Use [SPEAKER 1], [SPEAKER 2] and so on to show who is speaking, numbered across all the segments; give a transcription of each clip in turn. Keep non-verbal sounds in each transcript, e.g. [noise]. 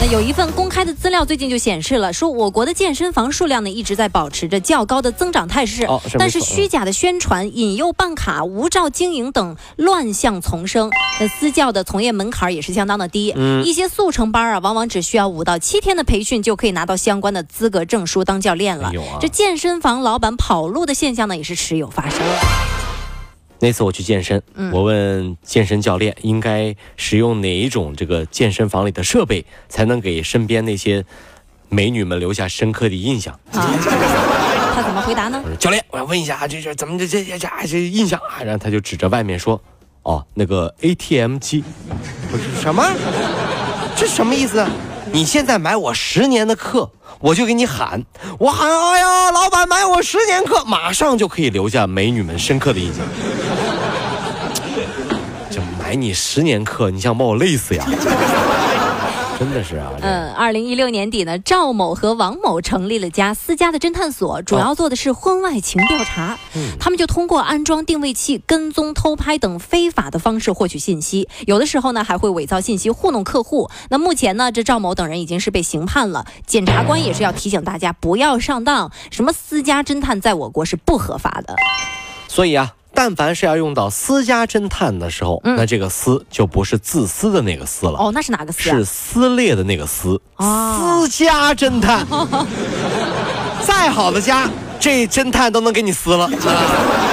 [SPEAKER 1] 那有一份公开的资料最近就显示了，说我国的健身房数量呢一直在保持着较高的增长态势，
[SPEAKER 2] 哦是没
[SPEAKER 1] 但是
[SPEAKER 2] 错
[SPEAKER 1] 虚假的宣传、引诱办卡、无照经营等乱象丛生。那私教的从业门槛也是相当的低，
[SPEAKER 2] 嗯
[SPEAKER 1] 一些速成班啊，往往只需要五到七天的培训就可以拿到相关的资格证书当教练了。
[SPEAKER 2] 哎呦啊
[SPEAKER 1] 这健身房老板跑路的现象呢也是时有发生。
[SPEAKER 2] 那次我去健身，我问健身教练应该使用哪一种这个健身房里的设备，才能给身边那些美女们留下深刻的印象。
[SPEAKER 1] 啊，他怎么回答呢
[SPEAKER 2] 我？说教练，我要问一下啊，这这怎么这这这这这印象啊？然后他就指着外面说，哦，那个 ATM 机。
[SPEAKER 3] 不是什么？这什么意思？啊你现在买我十年的课，我就给你喊，我喊，哎呀，老板买我十年课，
[SPEAKER 2] 马上就可以留下美女们深刻的印象。这买你十年课，你想把我累死呀？真的是啊，这
[SPEAKER 1] 嗯，二零一六年底呢，赵某和王某成立了家私家的侦探所，主要做的是婚外情调查。他们就通过安装定位器、跟踪、偷拍等非法的方式获取信息，有的时候呢还会伪造信息糊弄客户。那目前呢，这赵某等人已经是被刑判了。检察官也是要提醒大家不要上当，什么私家侦探在我国是不合法的。
[SPEAKER 2] 所以啊，但凡是要用到私家侦探的时候，那这个“私”就不是自私的那个“私”了，
[SPEAKER 1] 嗯哦，那是哪个私、啊？
[SPEAKER 2] 是撕裂的那个“撕
[SPEAKER 1] 啊，
[SPEAKER 3] 私家侦
[SPEAKER 1] [laughs]
[SPEAKER 3] 探，再好的家，这侦探都能给你撕了。”。
[SPEAKER 2] 啊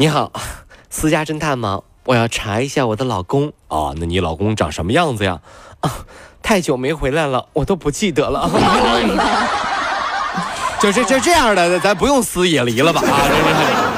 [SPEAKER 2] 你好，私家侦探吗？我要查一下我的老公啊，那你老公长什么样子呀？啊，太久没回来了，我都不记得
[SPEAKER 1] [laughs]
[SPEAKER 2] 了。
[SPEAKER 3] 就这就这样的，咱不用撕也离了吧啊！
[SPEAKER 1] [laughs]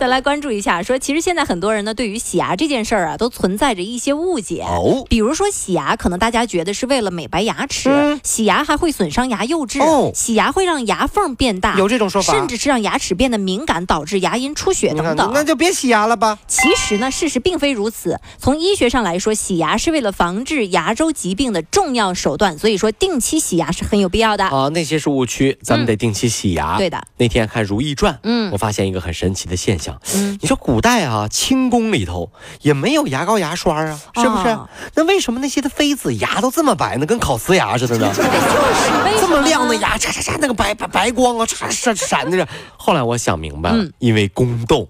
[SPEAKER 1] 再来关注一下，说其实现在很多人呢，对于洗牙这件事儿啊，都存在着一些误解。
[SPEAKER 3] 哦
[SPEAKER 1] 比如说洗牙，可能大家觉得是为了美白牙齿，洗牙还会损伤牙釉质，
[SPEAKER 3] 嗯哦
[SPEAKER 1] 洗牙会让牙缝变大，
[SPEAKER 3] 有这种说法
[SPEAKER 1] 啊甚至是让牙齿变得敏感，导致牙龈出血
[SPEAKER 3] 你看
[SPEAKER 1] 等等。
[SPEAKER 3] 那就别洗牙了吧。
[SPEAKER 1] 其实呢，事实并非如此。从医学上来说，洗牙是为了防治牙周疾病的重要手段，所以说定期洗牙是很有必要的。
[SPEAKER 2] 啊，那些是误区，咱们得定期洗牙。
[SPEAKER 1] 嗯对的，
[SPEAKER 2] 那天看《如懿传》，
[SPEAKER 1] 嗯
[SPEAKER 2] 我发现一个很神奇的现象。
[SPEAKER 1] 嗯
[SPEAKER 2] 你说古代啊，清宫里头也没有牙膏、牙刷啊，是不是？
[SPEAKER 1] 哦
[SPEAKER 3] 那为什么那些的妃子牙都这么白呢？跟烤瓷牙似的
[SPEAKER 1] [laughs]
[SPEAKER 3] 呢？
[SPEAKER 1] 就是为什
[SPEAKER 3] 这么
[SPEAKER 1] 呢
[SPEAKER 3] 亮的牙，嚓嚓嚓，那个白白白光啊，嚓闪闪着。
[SPEAKER 2] 后来我想明白了，
[SPEAKER 1] 嗯
[SPEAKER 2] 因为宫斗，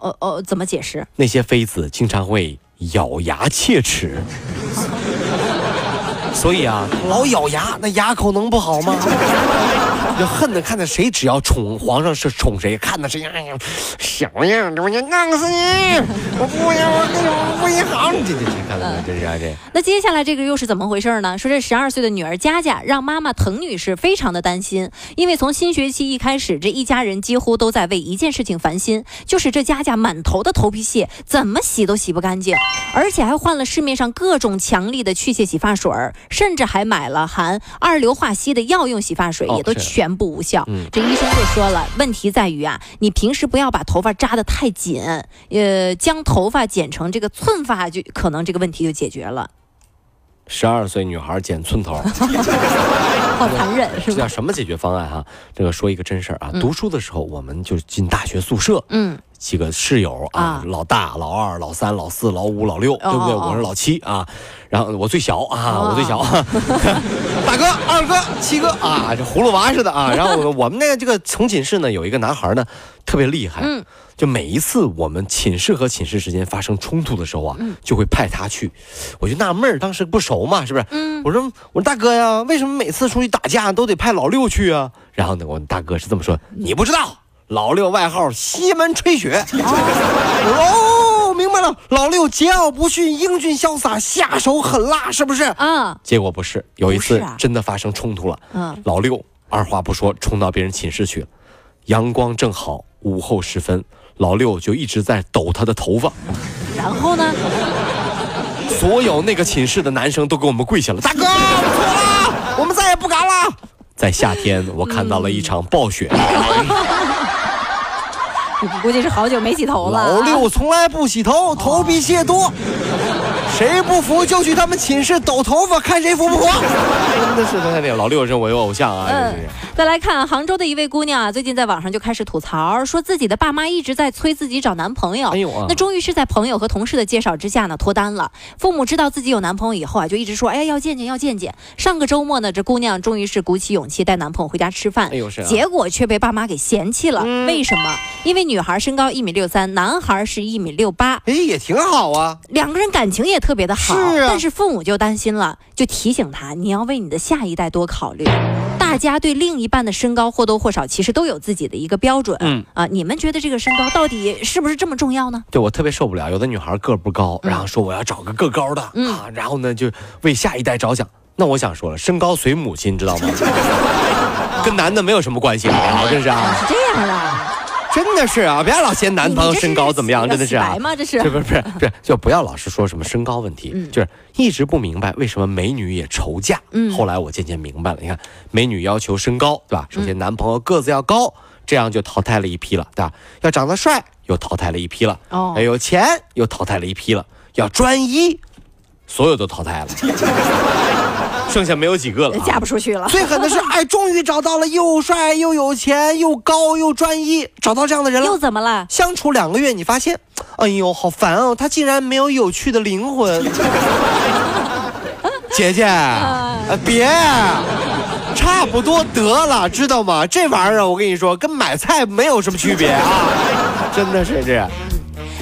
[SPEAKER 1] 哦哦，怎么解释？
[SPEAKER 2] 那些妃子经常会咬牙
[SPEAKER 3] [laughs]
[SPEAKER 2] 切齿，所以啊，
[SPEAKER 3] 老咬牙，那牙口能不
[SPEAKER 2] [laughs]
[SPEAKER 3] 好吗？就恨得看着谁，只要宠皇上是宠谁，看着谁，哎呀，小样的，我就弄死你！我不要，我跟你不一行。这这这，看看这是啊这。
[SPEAKER 1] 那接下来这个又是怎么回事呢？说这十二岁的女儿佳佳让妈妈滕女士非常的担心，因为从新学期一开始，这一家人几乎都在为一件事情烦心，就是这佳佳满头的头皮屑，怎么洗都洗不干净，而且还换了市面上各种强力的去屑洗发水儿，甚至还买了含二硫化硒的药用洗发水，
[SPEAKER 2] 哦
[SPEAKER 1] 也都
[SPEAKER 2] 是嗯
[SPEAKER 1] 全部无效。这医生就说了，问题在于啊，你平时不要把头发扎得太紧，呃，将头发剪成这个寸发就可能这个问题就解决了。
[SPEAKER 2] 十二岁女孩剪寸头，
[SPEAKER 1] 好残忍
[SPEAKER 2] 这
[SPEAKER 1] 是吧？
[SPEAKER 2] 叫什么解决方案哈、啊这个说一个真事儿啊，读书的时候我们就进大学宿舍，
[SPEAKER 1] 嗯，
[SPEAKER 2] 几个室友啊
[SPEAKER 1] 啊，
[SPEAKER 2] 老大、老二、老三、老四、老五、老六，对不对？
[SPEAKER 1] 哦哦
[SPEAKER 2] 我是老七啊，然后我最小啊，
[SPEAKER 1] 哦
[SPEAKER 2] 我最小，
[SPEAKER 1] [laughs]
[SPEAKER 2] 大哥、二哥、七哥啊，这葫芦娃似的啊。然后我们我们那个这个从寝室呢，有一个男孩呢，特别厉害，
[SPEAKER 1] 嗯
[SPEAKER 2] 就每一次我们寝室和寝室之间发生冲突的时候啊，就会派他去。我就纳闷儿，当时不熟嘛，是不是？
[SPEAKER 1] 嗯
[SPEAKER 2] 我说我说大哥呀，为什么每次出去打架都得派老六去啊？然后呢，我大哥是这么说，你不知道。老六外号西门吹雪， [laughs]
[SPEAKER 3] 哦，明白了，老六桀骜不驯，英俊潇洒，下手狠辣，是不是？
[SPEAKER 1] 啊，
[SPEAKER 2] 结果不是，有一
[SPEAKER 1] 不
[SPEAKER 2] 次
[SPEAKER 1] 是啊
[SPEAKER 2] 真的发生冲突了。
[SPEAKER 1] 嗯
[SPEAKER 2] 老六二话不说冲到别人寝室去了，阳光正好，午后时分，老六就一直在抖他的头发。
[SPEAKER 1] 然后呢？ [laughs]
[SPEAKER 2] 所有那个寝室的男生都给我们跪下了，大哥，
[SPEAKER 3] 我们再也不敢了。
[SPEAKER 2] 在夏天我看到了一场暴雪。
[SPEAKER 1] 估计是好哦久没洗头了啊。
[SPEAKER 3] 老六从来不洗头，头皮屑多，谁不服就去他们寝室抖头发，看谁服不服。
[SPEAKER 2] 真的是他这老六认为我偶像啊，
[SPEAKER 1] 嗯
[SPEAKER 2] 真是。，
[SPEAKER 1] 再来看杭州的一位姑娘啊，最近在网上就开始吐槽，说自己的爸妈一直在催自己找男朋友。
[SPEAKER 2] 哎呦啊
[SPEAKER 1] 那终于是在朋友和同事的介绍之下呢，脱单了。父母知道自己有男朋友以后啊，就一直说，哎呀，要见见，要见见。上个周末呢，这姑娘终于是鼓起勇气带男朋友回家吃饭，
[SPEAKER 2] 哎呦是啊嗯
[SPEAKER 1] 结果却被爸妈给嫌弃了。为什么？因为女孩身高一米六三，男孩是一米六八。
[SPEAKER 3] 哎，也挺好啊。
[SPEAKER 1] 两个人感情也特别的好，
[SPEAKER 3] 是啊
[SPEAKER 1] 但是父母就担心了，就提醒他，你要为你的下一代多考虑。大家对另一半的身高或多或少其实都有自己的一个标准，
[SPEAKER 2] 嗯
[SPEAKER 1] 啊，你们觉得这个身高到底是不是这么重要呢？
[SPEAKER 2] 对我特别受不了，有的女孩个儿不高，
[SPEAKER 1] 嗯
[SPEAKER 2] 然后说我要找个个高的、
[SPEAKER 1] 嗯
[SPEAKER 2] 啊，然后呢就为下一代着想。那我想说了，身高随母亲，知道吗？跟男的没有什么关系啊，真是啊，
[SPEAKER 1] 是这样啊，
[SPEAKER 2] 真的是啊，不要老嫌男朋友身高怎么样，
[SPEAKER 1] 你这
[SPEAKER 2] 真的是啊
[SPEAKER 1] 洗白。吗？这是
[SPEAKER 2] 这不是不是不是，就不要老是说什么身高问题，就是一直不明白为什么美女也愁嫁。
[SPEAKER 1] 嗯
[SPEAKER 2] 后来我渐渐明白了，你看美女要求身高，对吧？首
[SPEAKER 1] 嗯
[SPEAKER 2] 先男朋友个子要高，这样就淘汰了一批了，对吧？要长得帅，又淘汰了一批了。
[SPEAKER 1] 哦
[SPEAKER 2] 要有钱，又淘汰了一批了。要专一，所有都淘汰了， [laughs] 剩下没有几个了、
[SPEAKER 1] 呃嫁
[SPEAKER 2] 啊。
[SPEAKER 1] 不出去了。
[SPEAKER 3] 最狠的是，哎，终于找到了又帅又有钱又高又专一，找到这样的人
[SPEAKER 1] 又
[SPEAKER 3] 了。
[SPEAKER 1] 怎么了？
[SPEAKER 3] 相处两个月，你发现，哎呦，好烦哦，他竟然没有有趣的灵魂。 [laughs]
[SPEAKER 2] 姐姐，
[SPEAKER 3] 啊，别，差不多得了，知道吗？这玩意儿我跟你说，跟买菜没有什么区别啊，真的是这样。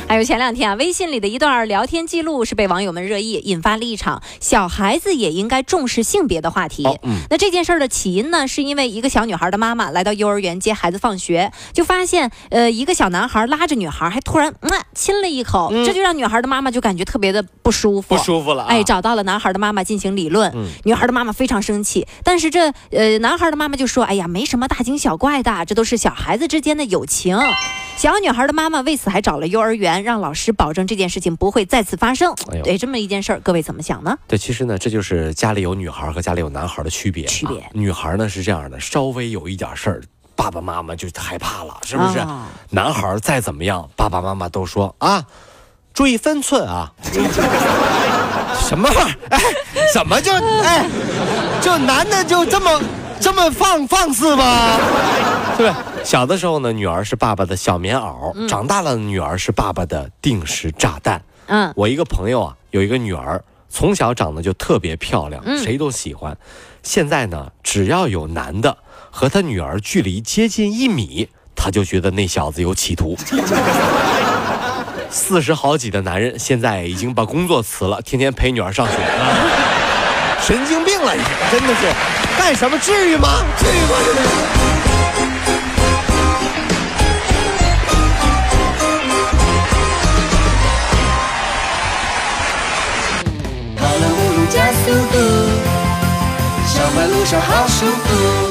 [SPEAKER 1] 还有前两天啊，微信里的一段聊天记录是被网友们热议，引发了一场小孩子也应该重视性别的话题。
[SPEAKER 2] 哦嗯
[SPEAKER 1] 那这件事儿的起因呢，是因为一个小女孩的妈妈来到幼儿园接孩子放学，就发现呃一个小男孩拉着女孩，还突然嗯亲了一口，这就让女孩的妈妈就感觉特别的不舒
[SPEAKER 2] 嗯
[SPEAKER 1] 服，
[SPEAKER 2] 不舒服了啊嗯
[SPEAKER 1] 哎，找到了男孩的妈妈进行理论，女孩的妈妈非常生气，但是这呃男孩的妈妈就说：“哎呀，没什么大惊小怪的，这都是小孩子之间的友情。”小女孩的妈妈为此还找了幼儿园，让老师保证这件事情不会再次发生。
[SPEAKER 2] 哎呦
[SPEAKER 1] 对这么一件事儿，各位怎么想呢？
[SPEAKER 2] 对，其实呢，这就是家里有女孩和家里有男孩的区别。
[SPEAKER 1] 区别
[SPEAKER 2] 啊女孩呢是这样的，稍微有一点事儿，爸爸妈妈就害怕了，是不是？
[SPEAKER 1] 啊
[SPEAKER 2] 男孩再怎么样，爸爸妈妈都说啊，注意分寸
[SPEAKER 1] [laughs]
[SPEAKER 2] 啊。
[SPEAKER 3] 什么玩意儿？哎，怎么就哎，就男的就这么这么放放肆吗？
[SPEAKER 2] 对，小的时候呢，女儿是爸爸的小棉袄；长大了，女儿是爸爸的定时炸弹。
[SPEAKER 1] 嗯，
[SPEAKER 2] 我一个朋友啊，有一个女儿，从小长得就特别漂亮，
[SPEAKER 3] 嗯
[SPEAKER 2] 谁都喜欢。现在呢，只要有男的和他女儿距离接近一米，他就觉得那小子有企
[SPEAKER 3] [laughs]
[SPEAKER 2] 图。四十好几的男人现在已经把工作辞了，天天陪女
[SPEAKER 3] [laughs]
[SPEAKER 2] 儿上学。
[SPEAKER 3] 神经病了，你真的是，干什么至于吗？至于吗？
[SPEAKER 4] 跑了五路加速度，上班路上好舒服。